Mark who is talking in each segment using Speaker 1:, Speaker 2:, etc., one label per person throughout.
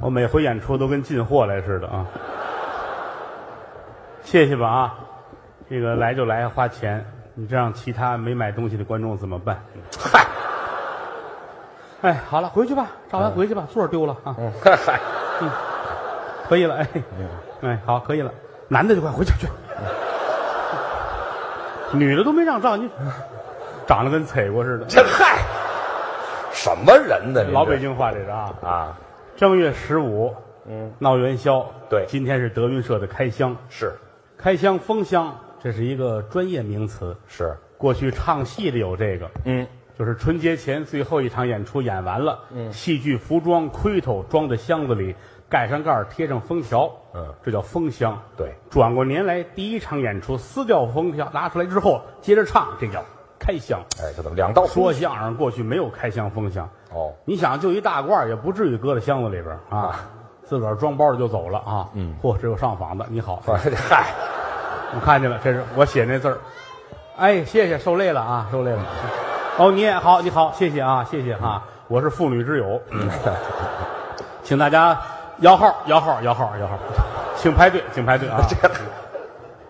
Speaker 1: 后哦每回演出都跟进货来似的啊。谢谢吧啊，这个来就来，花钱，你这让其他没买东西的观众怎么办？
Speaker 2: 嗨，
Speaker 1: 哎，好了，回去吧，照完回去吧，座儿丢了啊，
Speaker 2: 嗯，嗨，
Speaker 1: 可以了，哎，哎，好，可以了，男的就快回去去，女的都没让照，你长得跟踩过似的，
Speaker 2: 这嗨，什么人呢？您这
Speaker 1: 老北京话这是啊。
Speaker 2: 啊，
Speaker 1: 正月十五
Speaker 2: 嗯，
Speaker 1: 闹元宵，
Speaker 2: 对
Speaker 1: 今天是德云社的开箱，
Speaker 2: 是
Speaker 1: 开箱封箱，这是一个专业名词，
Speaker 2: 是，
Speaker 1: 过去唱戏的有这个，
Speaker 2: 嗯，
Speaker 1: 就是春节前最后一场演出演完了，嗯，戏剧服装盔头装在箱子里，盖上盖儿贴上封条，
Speaker 2: 嗯，
Speaker 1: 这叫封箱。
Speaker 2: 对，
Speaker 1: 转过年来第一场演出撕掉封条拿出来之后接着唱，这叫开箱。
Speaker 2: 哎，这怎么两道
Speaker 1: 说相声过去没有开箱封箱，
Speaker 2: 哦，
Speaker 1: 你想就一大罐儿也不至于搁在箱子里边儿啊。自个儿装包就走了啊！嗯，嚯，这有上访的，你好，
Speaker 2: 哎嗨，
Speaker 1: 我看见了，这是我写那字儿。哎，谢谢，受累了啊，受累了。哦，你也好，你好，谢谢啊，谢谢哈、我是妇女之友，嗯 请大家摇号，摇号，摇号，摇号，请排队，请排队 啊！
Speaker 2: 这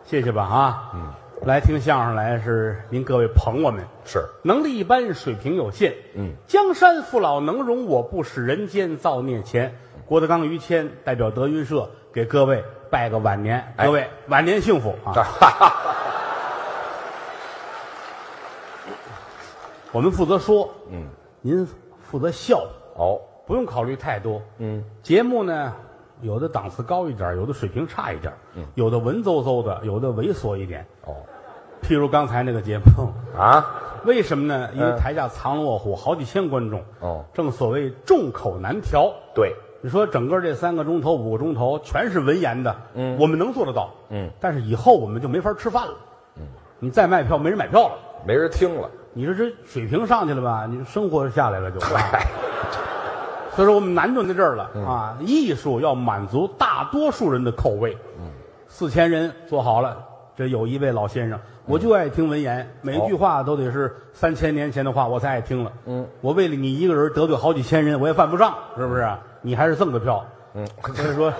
Speaker 1: 谢谢吧啊！嗯，来听相声来是您各位捧我们，
Speaker 2: 是
Speaker 1: 能力一般，水平有限。
Speaker 2: 嗯，
Speaker 1: 江山父老能容我，不使人间造孽钱。郭德纲、于谦代表德云社给各位拜个晚年，
Speaker 2: 哎
Speaker 1: 各位晚年幸福啊！我们负责说，
Speaker 2: 嗯，
Speaker 1: 您负责笑，
Speaker 2: 哦，
Speaker 1: 不用考虑太多。
Speaker 2: 嗯，
Speaker 1: 节目呢，有的档次高一点，有的水平差一点，嗯，有的文绉绉的，有的猥琐一点。
Speaker 2: 哦，
Speaker 1: 譬如刚才那个节目，
Speaker 2: 啊，
Speaker 1: 为什么呢？因为
Speaker 2: 嗯
Speaker 1: 台下藏龙卧虎，好几千观众。
Speaker 2: 哦
Speaker 1: 正所谓众口难调。
Speaker 2: 对，
Speaker 1: 你说整个这三个钟头、五个钟头全是文言的，
Speaker 2: 嗯
Speaker 1: 我们能做得到，
Speaker 2: 嗯，
Speaker 1: 但是以后我们就没法吃饭了，嗯，你再卖票没人买票了，
Speaker 2: 没人听了，
Speaker 1: 你说这水平上去了吧？你生活下来了就，
Speaker 2: 嗨，
Speaker 1: 所以说我们难顿在这儿了、啊！艺术要满足大多数人的口味，嗯，四千人做好了，这有一位老先生，我就爱听文言，每一句话都得是三千年前的话，我才爱听了，
Speaker 2: 嗯，
Speaker 1: 我为了你一个人得罪好几千人，我也犯不上，是不是啊？你还是赠的票，
Speaker 2: 嗯，
Speaker 1: 所以说，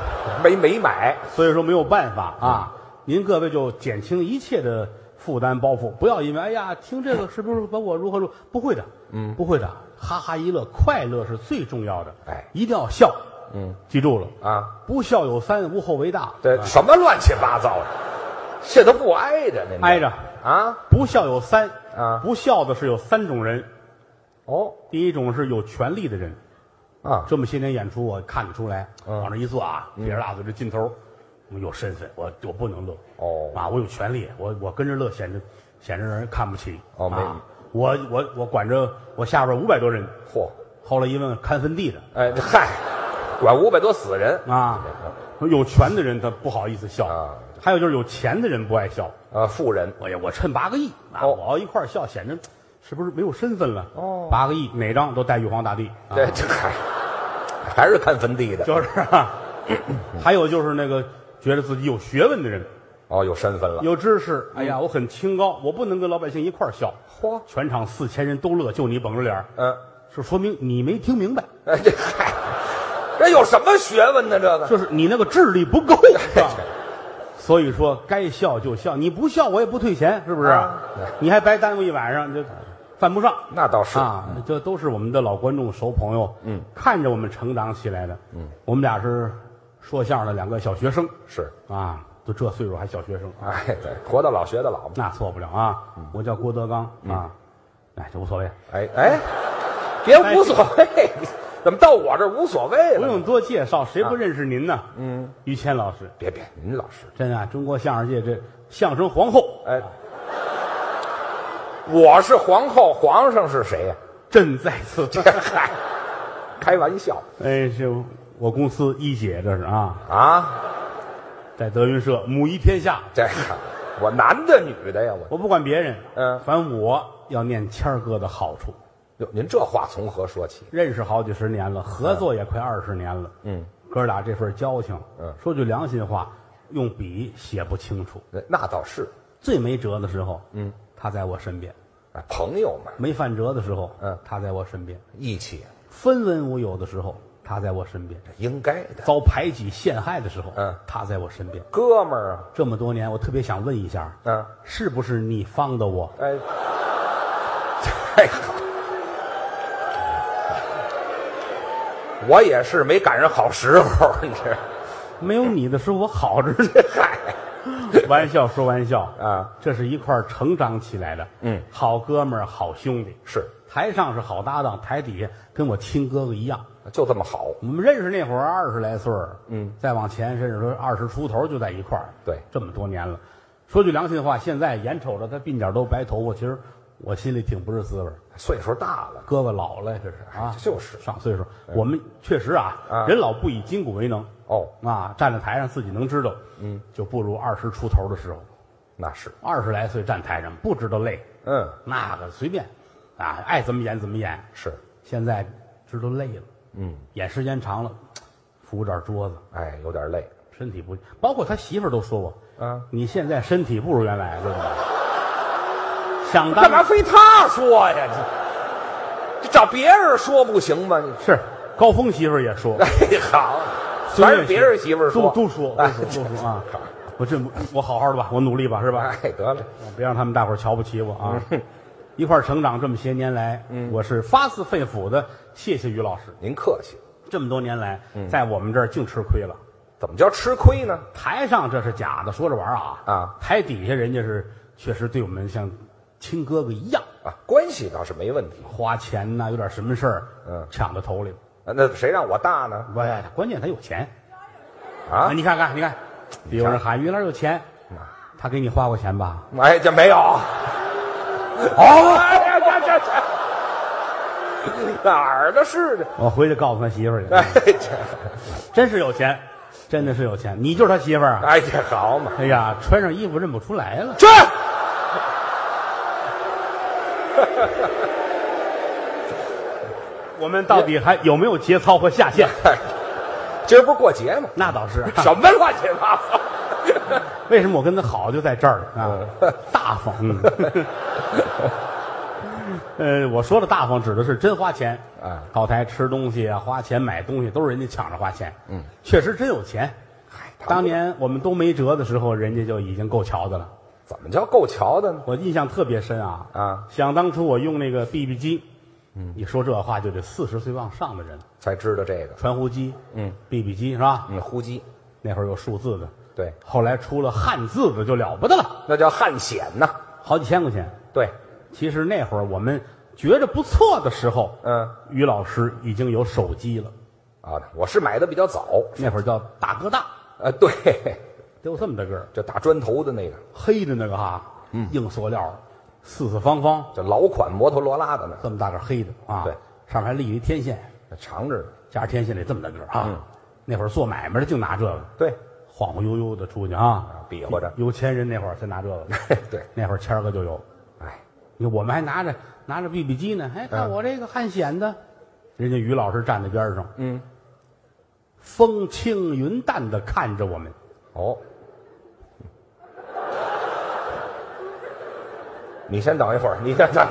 Speaker 2: 没没买，
Speaker 1: 所以说没有办法啊！您各位就减轻一切的负担包袱，不要因为哎呀，听这个是不是把我如何如何不会的，嗯，不会的，哈哈一乐，快乐是最重要的，
Speaker 2: 哎
Speaker 1: 一定要笑，
Speaker 2: 嗯
Speaker 1: 记住了，
Speaker 2: 啊，
Speaker 1: 不孝有三，无后为大，
Speaker 2: 这什么乱七八糟的，这都不挨着呢，您这
Speaker 1: 挨着
Speaker 2: 啊，
Speaker 1: 不孝有三
Speaker 2: 啊
Speaker 1: 不孝的是有三种人，
Speaker 2: 哦
Speaker 1: 第一种是有权利的人，
Speaker 2: 啊，
Speaker 1: 这么些年演出我看得出来，
Speaker 2: 嗯
Speaker 1: 往那一坐啊，撇着大嘴这劲头，我有身份，我我不能乐。
Speaker 2: 哦
Speaker 1: 啊，我有权利，我我跟着乐显得显得让人看不起。
Speaker 2: 哦没
Speaker 1: 啊，我我我管着我下边五百多人，
Speaker 2: 嚯，
Speaker 1: 后来一问看坟地的
Speaker 2: 哎，这嗨，管五百多死人
Speaker 1: 啊，有权的人他不好意思笑，
Speaker 2: 嗯啊
Speaker 1: 还有就是有钱的人不爱笑。
Speaker 2: 啊，富人
Speaker 1: 哎呀，我趁八个亿啊，
Speaker 2: 哦
Speaker 1: 我要一块儿笑，显得是不是没有身份了？
Speaker 2: 哦
Speaker 1: 八个亿哪张都带玉皇大帝，啊
Speaker 2: 这这还还是看坟地的，
Speaker 1: 就是 啊。还有就是那个觉得自己有学问的人，
Speaker 2: 哦，有身份了，
Speaker 1: 有知识。哎
Speaker 2: 嗯
Speaker 1: 呀，我很清高，我不能跟老百姓一块儿笑。
Speaker 2: 嚯，
Speaker 1: 全场四千人都乐，就你绷着脸儿
Speaker 2: 嗯，
Speaker 1: 是说明你没听明白，
Speaker 2: 哎，这嗨，这有什么学问呢？这个
Speaker 1: 就是你那个智力 不够。
Speaker 2: 这
Speaker 1: 是吧所以说，该笑就笑，你不笑我也不退钱，是不是？
Speaker 2: 啊对
Speaker 1: 你还白耽误一晚上，就犯不上。
Speaker 2: 那倒是
Speaker 1: 啊，这都是我们的老观众、熟朋友，
Speaker 2: 嗯，
Speaker 1: 看着我们成长起来的，嗯，我们俩是说相声的两个小学生，
Speaker 2: 是，
Speaker 1: 啊，都这岁数还小学生，
Speaker 2: 哎，对，活到老学到老嘛，
Speaker 1: 那错不了啊。
Speaker 2: 嗯
Speaker 1: 我叫郭德纲啊，哎，这无所谓，
Speaker 2: 哎哎，别无所谓，怎么到我这儿无所谓了？
Speaker 1: 不用，多介绍，谁不认识您呢？
Speaker 2: 嗯，
Speaker 1: 于谦老师，
Speaker 2: 别别，您老师，
Speaker 1: 真啊，中国相声界这相声皇后
Speaker 2: 哎，我是皇后，皇上是谁呀、
Speaker 1: 朕在 此。
Speaker 2: 这嗨，开玩笑
Speaker 1: 哎，是我公司一姐，这是啊，
Speaker 2: 啊，
Speaker 1: 在德云社母仪天下。
Speaker 2: 这个我男的女的呀，我
Speaker 1: 我不管别人，
Speaker 2: 嗯
Speaker 1: 反正我要念谦儿哥的好处。
Speaker 2: 哟，您这话从何说起？
Speaker 1: 认识好几十年了，合作也快二十年了。
Speaker 2: 嗯，
Speaker 1: 哥俩这份交情，
Speaker 2: 嗯
Speaker 1: 说句良心话，用笔写不清楚。
Speaker 2: 那那倒是
Speaker 1: 最没辙的时候，
Speaker 2: 嗯，
Speaker 1: 他在我身边；
Speaker 2: 啊，朋友嘛，
Speaker 1: 没饭辙的时候，
Speaker 2: 嗯
Speaker 1: 他在我身边；
Speaker 2: 义气
Speaker 1: 分文无有的时候，他在我身边，
Speaker 2: 应该的，
Speaker 1: 遭排挤陷害的时候，
Speaker 2: 嗯
Speaker 1: 他在我身边。
Speaker 2: 哥们儿啊，
Speaker 1: 这么多年，我特别想问一下，
Speaker 2: 嗯，
Speaker 1: 是不是你放的我？
Speaker 2: 哎， 哎，我也是没赶上好时候，你这，
Speaker 1: 没有你的时候，我好着呢。
Speaker 2: 嗨，
Speaker 1: 玩笑说玩笑
Speaker 2: 啊，
Speaker 1: 这是一块儿成长起来的，
Speaker 2: 嗯，
Speaker 1: 好哥们儿，好兄弟。
Speaker 2: 是
Speaker 1: 台上是好搭档，台底下跟我亲哥哥一样。
Speaker 2: 就这么好，
Speaker 1: 我们认识那会儿二十来岁儿
Speaker 2: 嗯，
Speaker 1: 再往前甚至说二十出头就在一块儿，
Speaker 2: 对
Speaker 1: 这么多年了。说句良心话，现在眼瞅着他鬓角都白头发，其实我心里挺不是滋味儿。
Speaker 2: 岁数大了，
Speaker 1: 哥哥老了，这是啊，
Speaker 2: 就是嗯
Speaker 1: 上岁数。我们确实啊，
Speaker 2: 啊
Speaker 1: 人老不以筋骨为能
Speaker 2: 哦，
Speaker 1: 啊，站在台上自己能知道，
Speaker 2: 嗯，
Speaker 1: 就不如二十出头的时候，
Speaker 2: 那是，
Speaker 1: 二十来岁站台上不知道累，
Speaker 2: 嗯，
Speaker 1: 那个随便啊，爱怎么演怎么演。
Speaker 2: 是，
Speaker 1: 现在知道累了，
Speaker 2: 嗯，
Speaker 1: 演时间长了，扶点桌子，
Speaker 2: 哎，有点累，
Speaker 1: 身体不，包括他媳妇儿都说我，
Speaker 2: 啊，
Speaker 1: 你现在身体不如原来，知道吗？想
Speaker 2: 干嘛
Speaker 1: 当
Speaker 2: 非他说呀？这这找别人说不行吗？你
Speaker 1: 是高峰媳妇儿也 说，
Speaker 2: 哎，好，
Speaker 1: 孙
Speaker 2: 全
Speaker 1: 越
Speaker 2: 是别人媳妇儿说，
Speaker 1: 都都说
Speaker 2: 哎
Speaker 1: 都说都说 啊，我这我好好的吧，我努力吧，是吧？
Speaker 2: 哎，得了，
Speaker 1: 别让他们大伙儿瞧不起我啊！
Speaker 2: 嗯
Speaker 1: 一块儿成长这么些年来，我是发自肺腑的谢谢于老师。
Speaker 2: 您客气，
Speaker 1: 这么多年来，
Speaker 2: 嗯
Speaker 1: 在我们这儿净吃亏了。
Speaker 2: 怎么叫吃亏呢？
Speaker 1: 台上这是假的，说着玩儿啊
Speaker 2: 啊！
Speaker 1: 台底下人家是确实对我们像亲哥哥一样，
Speaker 2: 啊，关系倒是没问题。
Speaker 1: 花钱呐、有点什么事儿，
Speaker 2: 嗯
Speaker 1: 抢到头里了。
Speaker 2: 啊那谁让我大呢？
Speaker 1: 关关键他有钱
Speaker 2: 啊，嗯
Speaker 1: 你看看，你看，有人喊于老师有钱，他给你花过钱吧？
Speaker 2: 哎，这没有。哦，哎呀，这这这哪儿的事呢？
Speaker 1: 我回去告诉他媳妇儿去，
Speaker 2: 哎，这，
Speaker 1: 真是有钱，真的是有钱，你就是他媳妇儿啊。
Speaker 2: 哎，这好嘛，
Speaker 1: 哎呀，穿上衣服认不出来了。
Speaker 2: 去。
Speaker 1: 我们到底还有没有节操和下限？
Speaker 2: 哎今儿不是过节吗？
Speaker 1: 那倒是。
Speaker 2: 什么乱七八糟？
Speaker 1: 为什么我跟他好就在这儿啊？ 大方。嗯呃，我说的大方指的是真花钱
Speaker 2: 啊
Speaker 1: 到台吃东西啊，花钱买东西都是人家抢着花钱。
Speaker 2: 嗯，
Speaker 1: 确实真有钱。
Speaker 2: 嗨
Speaker 1: 当年我们都没辙的时候，人家就已经够瞧的了。
Speaker 2: 怎么叫够瞧的呢？
Speaker 1: 我印象特别深啊
Speaker 2: 啊！
Speaker 1: 想当初我用那个 BB 机，嗯，一说这话就得四十岁往上的人，
Speaker 2: 才知道这个，
Speaker 1: 传呼机，
Speaker 2: 嗯
Speaker 1: ，BB 机是吧？
Speaker 2: 嗯，呼机，
Speaker 1: 那会儿有数字的，
Speaker 2: 对，
Speaker 1: 后来出了汉字的就了不得了，
Speaker 2: 那叫汗显呐，
Speaker 1: 好几千块钱。
Speaker 2: 对，
Speaker 1: 其实那会儿我们觉着不错的时候，
Speaker 2: 嗯，
Speaker 1: 于老师已经有手机了，
Speaker 2: 啊，我是买的比较早，
Speaker 1: 那会儿叫大哥大，
Speaker 2: 呃，对，
Speaker 1: 得有这么大个儿，
Speaker 2: 这大砖头的那个，
Speaker 1: 黑的那个哈，嗯，硬塑料，四四方方，
Speaker 2: 这老款摩托罗拉的呢，
Speaker 1: 这么大个儿黑的啊，
Speaker 2: 对，
Speaker 1: 上面还立了一天线，
Speaker 2: 长着呢，
Speaker 1: 加上天线里这么大个儿
Speaker 2: 嗯
Speaker 1: 啊。那会儿做买卖的就拿这个，
Speaker 2: 对，
Speaker 1: 晃晃悠悠的出去啊，
Speaker 2: 比划着
Speaker 1: 有钱人那会儿才拿这 个，
Speaker 2: 对，
Speaker 1: 那会儿谦儿哥就有，
Speaker 2: 哎，
Speaker 1: 你看我们还拿着拿着 BB 机呢，哎，看我这个汉显的，人家于老师站在边上，
Speaker 2: 嗯，
Speaker 1: 风轻云淡的看着我们，
Speaker 2: 哦，你先等一会儿，你先等，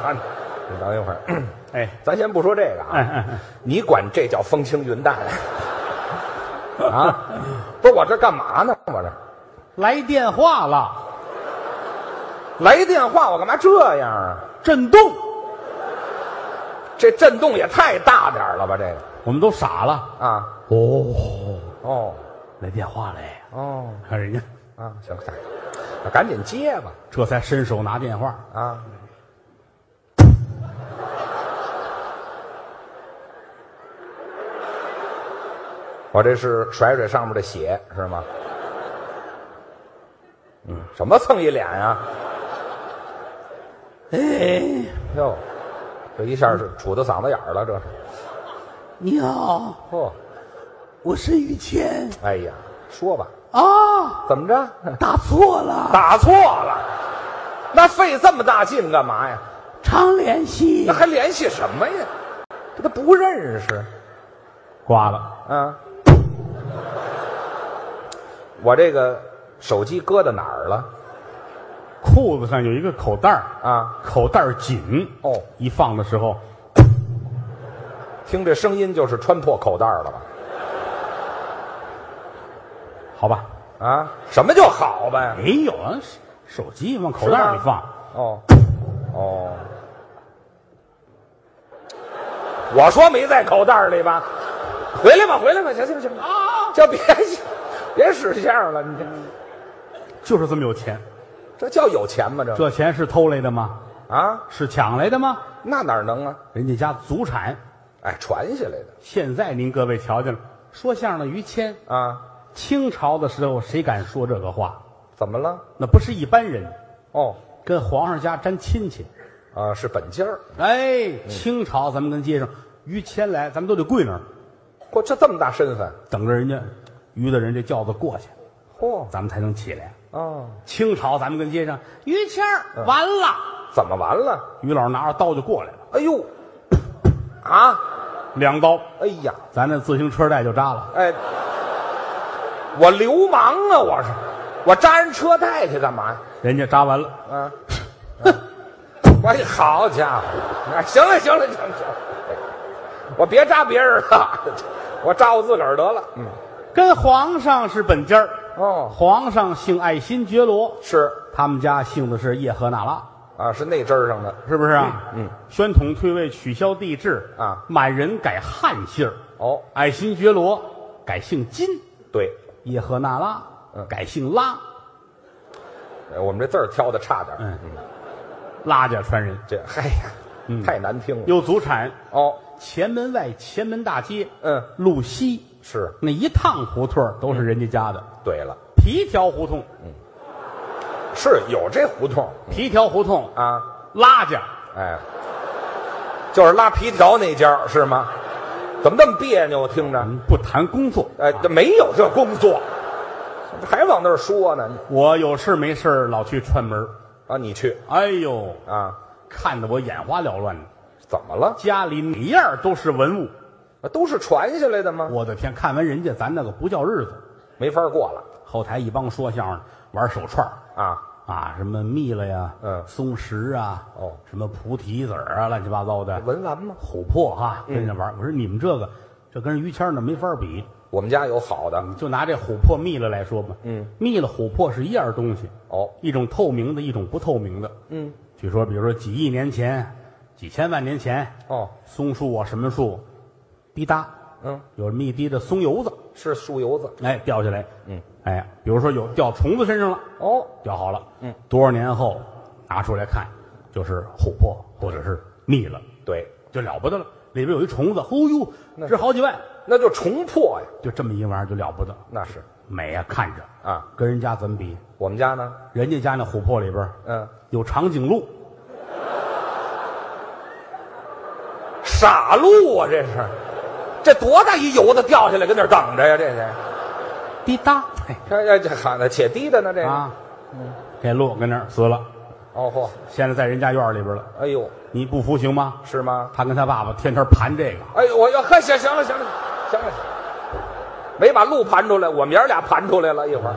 Speaker 2: 你等一会儿，
Speaker 1: 哎，
Speaker 2: 咱先不说这个
Speaker 1: 哎
Speaker 2: 啊，
Speaker 1: 哎哎
Speaker 2: 你管这叫风轻云淡 啊？不是我这干嘛呢？我这
Speaker 1: 来电话了，
Speaker 2: 来电话，我干嘛这样啊？
Speaker 1: 震动，
Speaker 2: 这震动也太大点儿了吧？这个
Speaker 1: 我们都傻了。
Speaker 2: 啊，
Speaker 1: 哦，
Speaker 2: 哦
Speaker 1: 来电话了哎，
Speaker 2: 哦
Speaker 1: 看人家
Speaker 2: 啊，行，行那赶紧接吧
Speaker 1: 这才伸手拿电话，
Speaker 2: 啊！我这是甩甩上面的血是吗？嗯，什么蹭一脸啊？
Speaker 1: 哎，
Speaker 2: 哟，这一下是杵到嗓子眼儿了，这是。
Speaker 1: 你好，
Speaker 2: 嚯，
Speaker 1: 我是于谦
Speaker 2: 哎呀，说吧，
Speaker 1: 啊，
Speaker 2: 怎么着？
Speaker 1: 打错了，
Speaker 2: 打错了，那费这么大劲干嘛呀？
Speaker 1: 常联系
Speaker 2: 那还联系什么呀？这都不认识
Speaker 1: 挂了，
Speaker 2: 啊！我这个手机搁到哪儿了
Speaker 1: 裤子上有一个口袋儿
Speaker 2: 啊？
Speaker 1: 口袋儿紧
Speaker 2: 哦，
Speaker 1: 一放的时候，
Speaker 2: 听这声音就是穿破口袋了吧？
Speaker 1: 好吧？
Speaker 2: 啊，什么叫好吧？
Speaker 1: 没有啊，手手机往口袋里
Speaker 2: 是
Speaker 1: 放
Speaker 2: 吗。哦，哦，我说没在口袋里吧？回来吧，回来吧，行行行行，
Speaker 1: 啊，
Speaker 2: 就别别使相了，你这
Speaker 1: 就是这么有钱。
Speaker 2: 这叫有钱吗？这
Speaker 1: 这钱是偷来的吗？
Speaker 2: 啊，
Speaker 1: 是抢来的吗？
Speaker 2: 那哪能啊？
Speaker 1: 人家家祖产。
Speaker 2: 哎，传下来的
Speaker 1: 现在您各位瞧见了，说相声的于谦，
Speaker 2: 啊，
Speaker 1: 清朝的时候谁敢说这个话？
Speaker 2: 怎么了？
Speaker 1: 那不是一般人，
Speaker 2: 哦，
Speaker 1: 跟皇上家沾亲戚。
Speaker 2: 啊，是本家儿，
Speaker 1: 哎，清朝咱们跟街上于谦来，咱们都得跪那儿
Speaker 2: 嚯，这这么大身份，
Speaker 1: 等着人家于大人这轿子过去，
Speaker 2: 嚯
Speaker 1: 咱们才能起来。
Speaker 2: 哦，
Speaker 1: 清朝咱们跟街上于谦儿完了，
Speaker 2: 怎么完了？
Speaker 1: 嗯于老师拿着刀就过来了，
Speaker 2: 哎呦，啊，
Speaker 1: 两刀，
Speaker 2: 哎呀，
Speaker 1: 咱那自行车带就扎了。
Speaker 2: 哎，我流氓啊，我是，我扎人车带去干嘛呀？
Speaker 1: 人家扎完了，
Speaker 2: 啊，哎，好家伙！哎，行了，行了，行了，行了，我别扎别人了， 我扎我自个儿得了。嗯，
Speaker 1: 跟皇上是本家儿，
Speaker 2: 哦，
Speaker 1: 皇上姓爱新觉罗，
Speaker 2: 是
Speaker 1: 他们家姓的是叶赫那拉，
Speaker 2: 啊，是那针儿上的。
Speaker 1: 是不是啊？
Speaker 2: 嗯嗯
Speaker 1: 宣统退位，取消帝制
Speaker 2: 啊
Speaker 1: 满人改汉姓儿，
Speaker 2: 哦，
Speaker 1: 爱新觉罗改姓金，
Speaker 2: 对，
Speaker 1: 叶赫那拉
Speaker 2: 嗯
Speaker 1: 改姓拉，
Speaker 2: 呃我们这字儿挑的差点儿。
Speaker 1: 嗯，拉家传人，
Speaker 2: 这嗨呀
Speaker 1: 嗯，
Speaker 2: 太难听了。
Speaker 1: 有祖产，
Speaker 2: 哦，
Speaker 1: 前门外、前门大街、
Speaker 2: 嗯，
Speaker 1: 路西
Speaker 2: 是
Speaker 1: 那一趟胡同儿都是人家家的，
Speaker 2: 对了，
Speaker 1: 皮条胡同，
Speaker 2: 是有这胡同
Speaker 1: 皮条胡同，
Speaker 2: 啊，
Speaker 1: 拉家
Speaker 2: 哎，就是拉皮条那家儿是吗？怎么这么别扭？啊听着
Speaker 1: 咱，们不谈工作，
Speaker 2: 哎，这没有这工作，还往那儿说呢。
Speaker 1: 我有事没事儿老去串门儿，
Speaker 2: 啊，你去
Speaker 1: 哎呦，
Speaker 2: 啊？
Speaker 1: 看得我眼花缭乱的，
Speaker 2: 怎么了？
Speaker 1: 家里哪样都是文物。
Speaker 2: 啊都是传下来的吗？
Speaker 1: 我的天，看完人家，咱那个不叫日子。
Speaker 2: 没法过了
Speaker 1: 后台一帮说相声的玩手串儿
Speaker 2: 啊！
Speaker 1: 啊，什么蜜了呀，
Speaker 2: 嗯
Speaker 1: 松石啊，
Speaker 2: 哦
Speaker 1: 什么菩提子儿啊，乱七八糟的，
Speaker 2: 文玩吗？
Speaker 1: 琥珀哈，
Speaker 2: 嗯
Speaker 1: 跟着玩儿。我说你们这个，这跟于谦儿那没法比。
Speaker 2: 我们家有好的
Speaker 1: 你就拿这琥珀蜜了来说吧，
Speaker 2: 嗯，
Speaker 1: 蜜了琥珀是一样东西，
Speaker 2: 哦，
Speaker 1: 一种透明的，一种不透明的。
Speaker 2: 嗯，
Speaker 1: 据说，比如说几亿年前、几千万年前，
Speaker 2: 哦，
Speaker 1: 松树啊，什么树，滴答，
Speaker 2: 嗯，
Speaker 1: 有这么一滴的松油子，
Speaker 2: 是树油子
Speaker 1: 哎，掉下来，
Speaker 2: 嗯，
Speaker 1: 哎，比如说有掉虫子身上了，
Speaker 2: 哦，
Speaker 1: 掉好了，
Speaker 2: 嗯，
Speaker 1: 多少年后拿出来看，就是琥珀或者是蜜了，
Speaker 2: 对，
Speaker 1: 就了不得了。里边有一虫子，哦呦，
Speaker 2: 那
Speaker 1: 值好几万，
Speaker 2: 那就重破呀，
Speaker 1: 就这么一玩意儿就了不得，
Speaker 2: 那是
Speaker 1: 美啊，看着
Speaker 2: 啊。
Speaker 1: 跟人家怎么比？
Speaker 2: 我们家呢，
Speaker 1: 人家家那琥珀里边
Speaker 2: 嗯，
Speaker 1: 有长颈鹿，
Speaker 2: 傻路啊，这是，这多大一油子掉下来，跟那儿等着呀？这是，
Speaker 1: 滴答，哎
Speaker 2: 这这这喊的且低的呢，这个
Speaker 1: 啊，
Speaker 2: 嗯
Speaker 1: 这鹿跟那儿死了，
Speaker 2: 哦嚯，
Speaker 1: 现在在人家院儿里边了，
Speaker 2: 哎呦，
Speaker 1: 你不服行吗？
Speaker 2: 是吗？
Speaker 1: 他跟他爸爸天天盘这个，
Speaker 2: 哎呦，我要呵，行行了，行了，行了，没把路盘出来，我们爷儿俩盘出来了，一会儿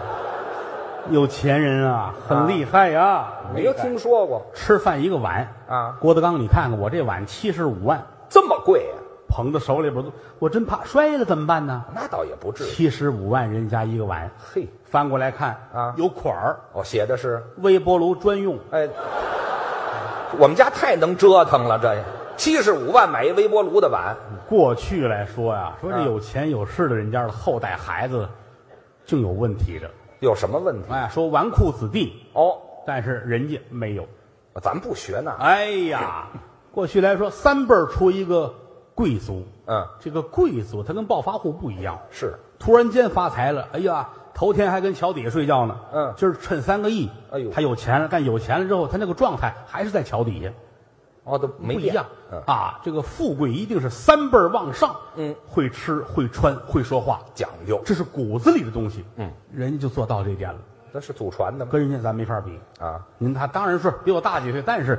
Speaker 1: 有钱人啊，很厉害呀、
Speaker 2: 没有听说过
Speaker 1: 吃饭一个碗
Speaker 2: 啊
Speaker 1: 郭德纲，你看看我这碗七十五万，
Speaker 2: 这么贵呀、
Speaker 1: 捧到手里边都，我真怕摔了怎么办呢？
Speaker 2: 那倒也不至于。
Speaker 1: 七十五万人家一个碗，
Speaker 2: 嘿，
Speaker 1: 翻过来看
Speaker 2: 啊
Speaker 1: 有款儿，
Speaker 2: 我写的是，
Speaker 1: 微波炉专用，
Speaker 2: 哎，我们家太能折腾了，这七十五万买一微波炉的碗，
Speaker 1: 过去来说呀，说这
Speaker 2: 啊
Speaker 1: 有钱有势的人家的后代孩子，竟有问题的。
Speaker 2: 有什么问题？
Speaker 1: 哎，说纨绔子弟，
Speaker 2: 哦，
Speaker 1: 但是人家没有。
Speaker 2: 咱不学那，
Speaker 1: 哎呀，过去来说三辈儿出一个贵族，
Speaker 2: 嗯，
Speaker 1: 这个贵族他跟暴发户不一样，
Speaker 2: 是，
Speaker 1: 突然间发财了，哎呀，头天还跟桥底下睡觉呢，
Speaker 2: 嗯
Speaker 1: 今儿趁三个亿，
Speaker 2: 哎呦
Speaker 1: 他有钱了，但有钱了之后，他那个状态还是在桥底下，
Speaker 2: 哦，都没
Speaker 1: 不一
Speaker 2: 变
Speaker 1: 样、
Speaker 2: 嗯，
Speaker 1: 啊。这个富贵一定是三辈儿往上，
Speaker 2: 嗯，
Speaker 1: 会吃会穿会说话，
Speaker 2: 讲究，
Speaker 1: 这是骨子里的东西，
Speaker 2: 嗯，
Speaker 1: 人家就做到这点了，
Speaker 2: 那是祖传的吗？
Speaker 1: 跟人家咱没法比。
Speaker 2: 啊，
Speaker 1: 您他当然是比我大几岁，但是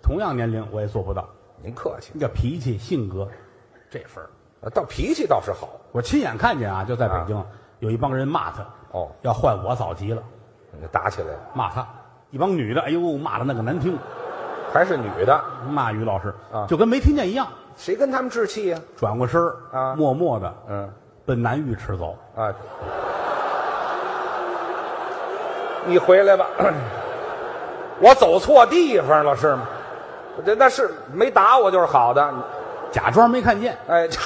Speaker 1: 同样年龄我也做不到，
Speaker 2: 您客气，
Speaker 1: 你这脾气性格这份儿
Speaker 2: 啊倒脾气倒是好。
Speaker 1: 我亲眼看见啊，就在北京、有一帮人骂他，
Speaker 2: 哦，
Speaker 1: 要换我早急了。
Speaker 2: 你就打起来了，
Speaker 1: 骂他，一帮女的，哎呦，骂的那个难听，
Speaker 2: 还是女的，
Speaker 1: 骂于老师
Speaker 2: 啊
Speaker 1: 就跟没听见一样，
Speaker 2: 谁跟他们置气呀、
Speaker 1: 转过身儿
Speaker 2: 啊
Speaker 1: 默默的
Speaker 2: 嗯
Speaker 1: 奔南浴池走。
Speaker 2: 啊，你回来吧，我走错地方了是吗？这那是没打我就是好的，
Speaker 1: 假装没看见。
Speaker 2: 哎， 这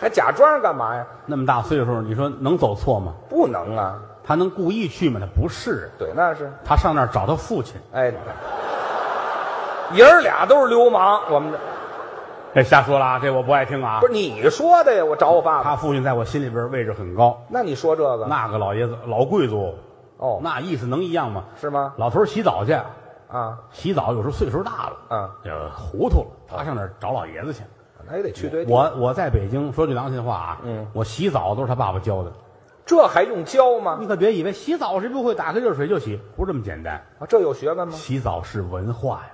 Speaker 2: 还假装干嘛呀？
Speaker 1: 那么大岁数，你说能走错吗？
Speaker 2: 不能啊，
Speaker 1: 他能故意去吗？他不是，
Speaker 2: 对，那是，
Speaker 1: 他上那儿找他父亲。
Speaker 2: 哎，爷儿俩都是流氓，我们这
Speaker 1: 这瞎说了啊，这我不爱听啊
Speaker 2: 不。是你说的呀，我找我爸爸。
Speaker 1: 他父亲在我心里边位置很高，
Speaker 2: 那你说这个
Speaker 1: 那个老爷子老贵族，
Speaker 2: 哦，
Speaker 1: 那意思能一样吗？
Speaker 2: 是吗？
Speaker 1: 老头儿洗澡去，
Speaker 2: 啊，
Speaker 1: 洗澡有时候岁数大了，
Speaker 2: 嗯，
Speaker 1: 呃，糊涂了，他上那儿找老爷子去。
Speaker 2: 那也得去对地。
Speaker 1: 我我在北京，说句良心话啊，
Speaker 2: 嗯，
Speaker 1: 我洗澡都是他爸爸教的。
Speaker 2: 这还用教吗？
Speaker 1: 你可别以为洗澡谁不会，打开热水就洗，不是这么简单。
Speaker 2: 啊，这有学问吗？
Speaker 1: 洗澡是文化呀，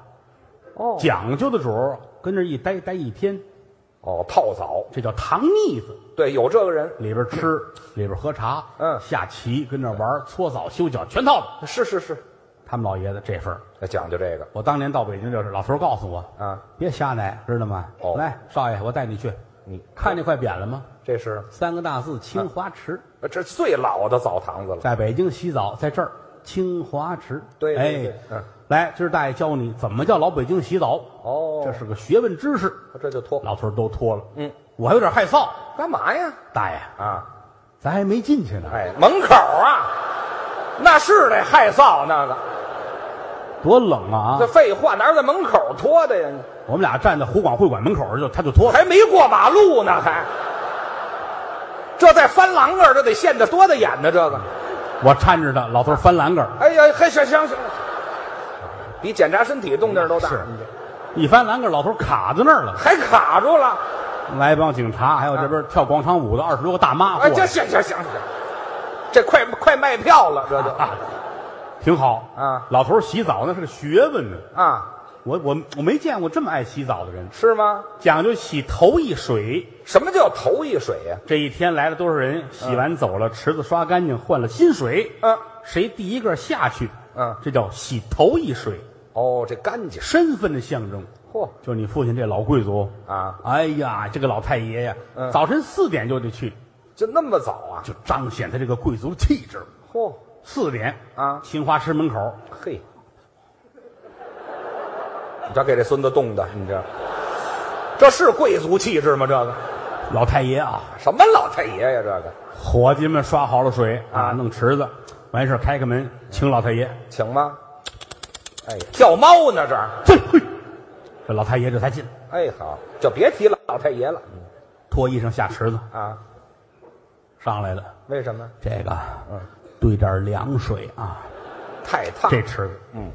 Speaker 2: 哦
Speaker 1: 讲究的主儿跟这儿一待待一天，
Speaker 2: 哦，泡澡，
Speaker 1: 这叫糖腻子。
Speaker 2: 对，有这个人，
Speaker 1: 里边吃，里边喝茶，
Speaker 2: 嗯
Speaker 1: 下棋，跟那玩儿，搓澡、修脚，全套了。
Speaker 2: 是是是，
Speaker 1: 他们老爷子这份儿
Speaker 2: 那讲究这个
Speaker 1: 我当年到北京就是，老头儿告诉我，
Speaker 2: 啊。
Speaker 1: 别瞎来，知道吗？
Speaker 2: 哦嗯
Speaker 1: 来，少爷，我带你去，
Speaker 2: 你
Speaker 1: 看见块匾了吗？
Speaker 2: 这是
Speaker 1: 三个大字清华池，
Speaker 2: 呃这最老的澡堂子了，
Speaker 1: 在北京洗澡，在这儿清华池。
Speaker 2: 对对对
Speaker 1: 哎，
Speaker 2: 嗯
Speaker 1: 来，今儿大爷教你怎么叫老北京洗澡，
Speaker 2: 哦啊
Speaker 1: 这是个学问知识。
Speaker 2: 这就脱
Speaker 1: 老头儿都脱了，
Speaker 2: 嗯，
Speaker 1: 我还有点害臊，
Speaker 2: 干嘛呀？
Speaker 1: 大爷，
Speaker 2: 啊，
Speaker 1: 咱还没进去呢，
Speaker 2: 哎，门口啊，那是得害臊那个，
Speaker 1: 多冷啊
Speaker 2: 这！废话哪有在门口脱的呀？
Speaker 1: 我们俩站在湖广会馆门口就他就脱了。
Speaker 2: 还没过马路呢，还这在翻栏杆儿这得现得多大眼呢？这个，
Speaker 1: 我搀着他，老头儿翻栏杆儿，
Speaker 2: 哎呀，还行行行，比检查身体动静都大，
Speaker 1: 是一翻栏杆儿，老头儿卡在那儿了。
Speaker 2: 还卡住了。
Speaker 1: 来一帮警察，还有这边跳广场舞的二十多个大妈啊过
Speaker 2: 啊哎，这
Speaker 1: 来，
Speaker 2: 行行行行，这快快卖票了，这就
Speaker 1: 啊，挺好
Speaker 2: 啊
Speaker 1: 老头儿洗澡那是个学问呢，
Speaker 2: 啊，
Speaker 1: 我我我没见过这么爱洗澡的人，
Speaker 2: 是吗？
Speaker 1: 讲究洗头一水。
Speaker 2: 什么叫头一水呀、
Speaker 1: 这一天来了多少人？洗完走了，池子刷干净，换了新水。
Speaker 2: 嗯
Speaker 1: 谁第一个下去？
Speaker 2: 嗯
Speaker 1: 这叫洗头一水，
Speaker 2: 哦，这干净。
Speaker 1: 身份的象征。
Speaker 2: 嚯
Speaker 1: 就你父亲这老贵族
Speaker 2: 啊，
Speaker 1: 哎呀，这个老太爷呀，
Speaker 2: 嗯
Speaker 1: 早晨四点就得去，
Speaker 2: 就那么早啊？
Speaker 1: 就彰显他这个贵族气质。
Speaker 2: 嚯，
Speaker 1: 四点
Speaker 2: 啊
Speaker 1: 青花池门口，
Speaker 2: 嘿，你这给这孙子冻的，你这这是贵族气质吗？这个
Speaker 1: 老太爷啊，
Speaker 2: 什么老太爷呀？这个，
Speaker 1: 伙计们刷好了水啊，
Speaker 2: 啊
Speaker 1: 弄池子，完事儿开开门，请老太爷。
Speaker 2: 请吗？哎，叫猫呢这儿。
Speaker 1: 这嘿，这老太爷这才进，
Speaker 2: 哎，好，就别提老太爷了
Speaker 1: 脱衣裳下池子，
Speaker 2: 啊。
Speaker 1: 上来了。
Speaker 2: 为什么？
Speaker 1: 这个，
Speaker 2: 嗯，
Speaker 1: 兑点凉水啊，
Speaker 2: 太烫。
Speaker 1: 这池子，
Speaker 2: 嗯，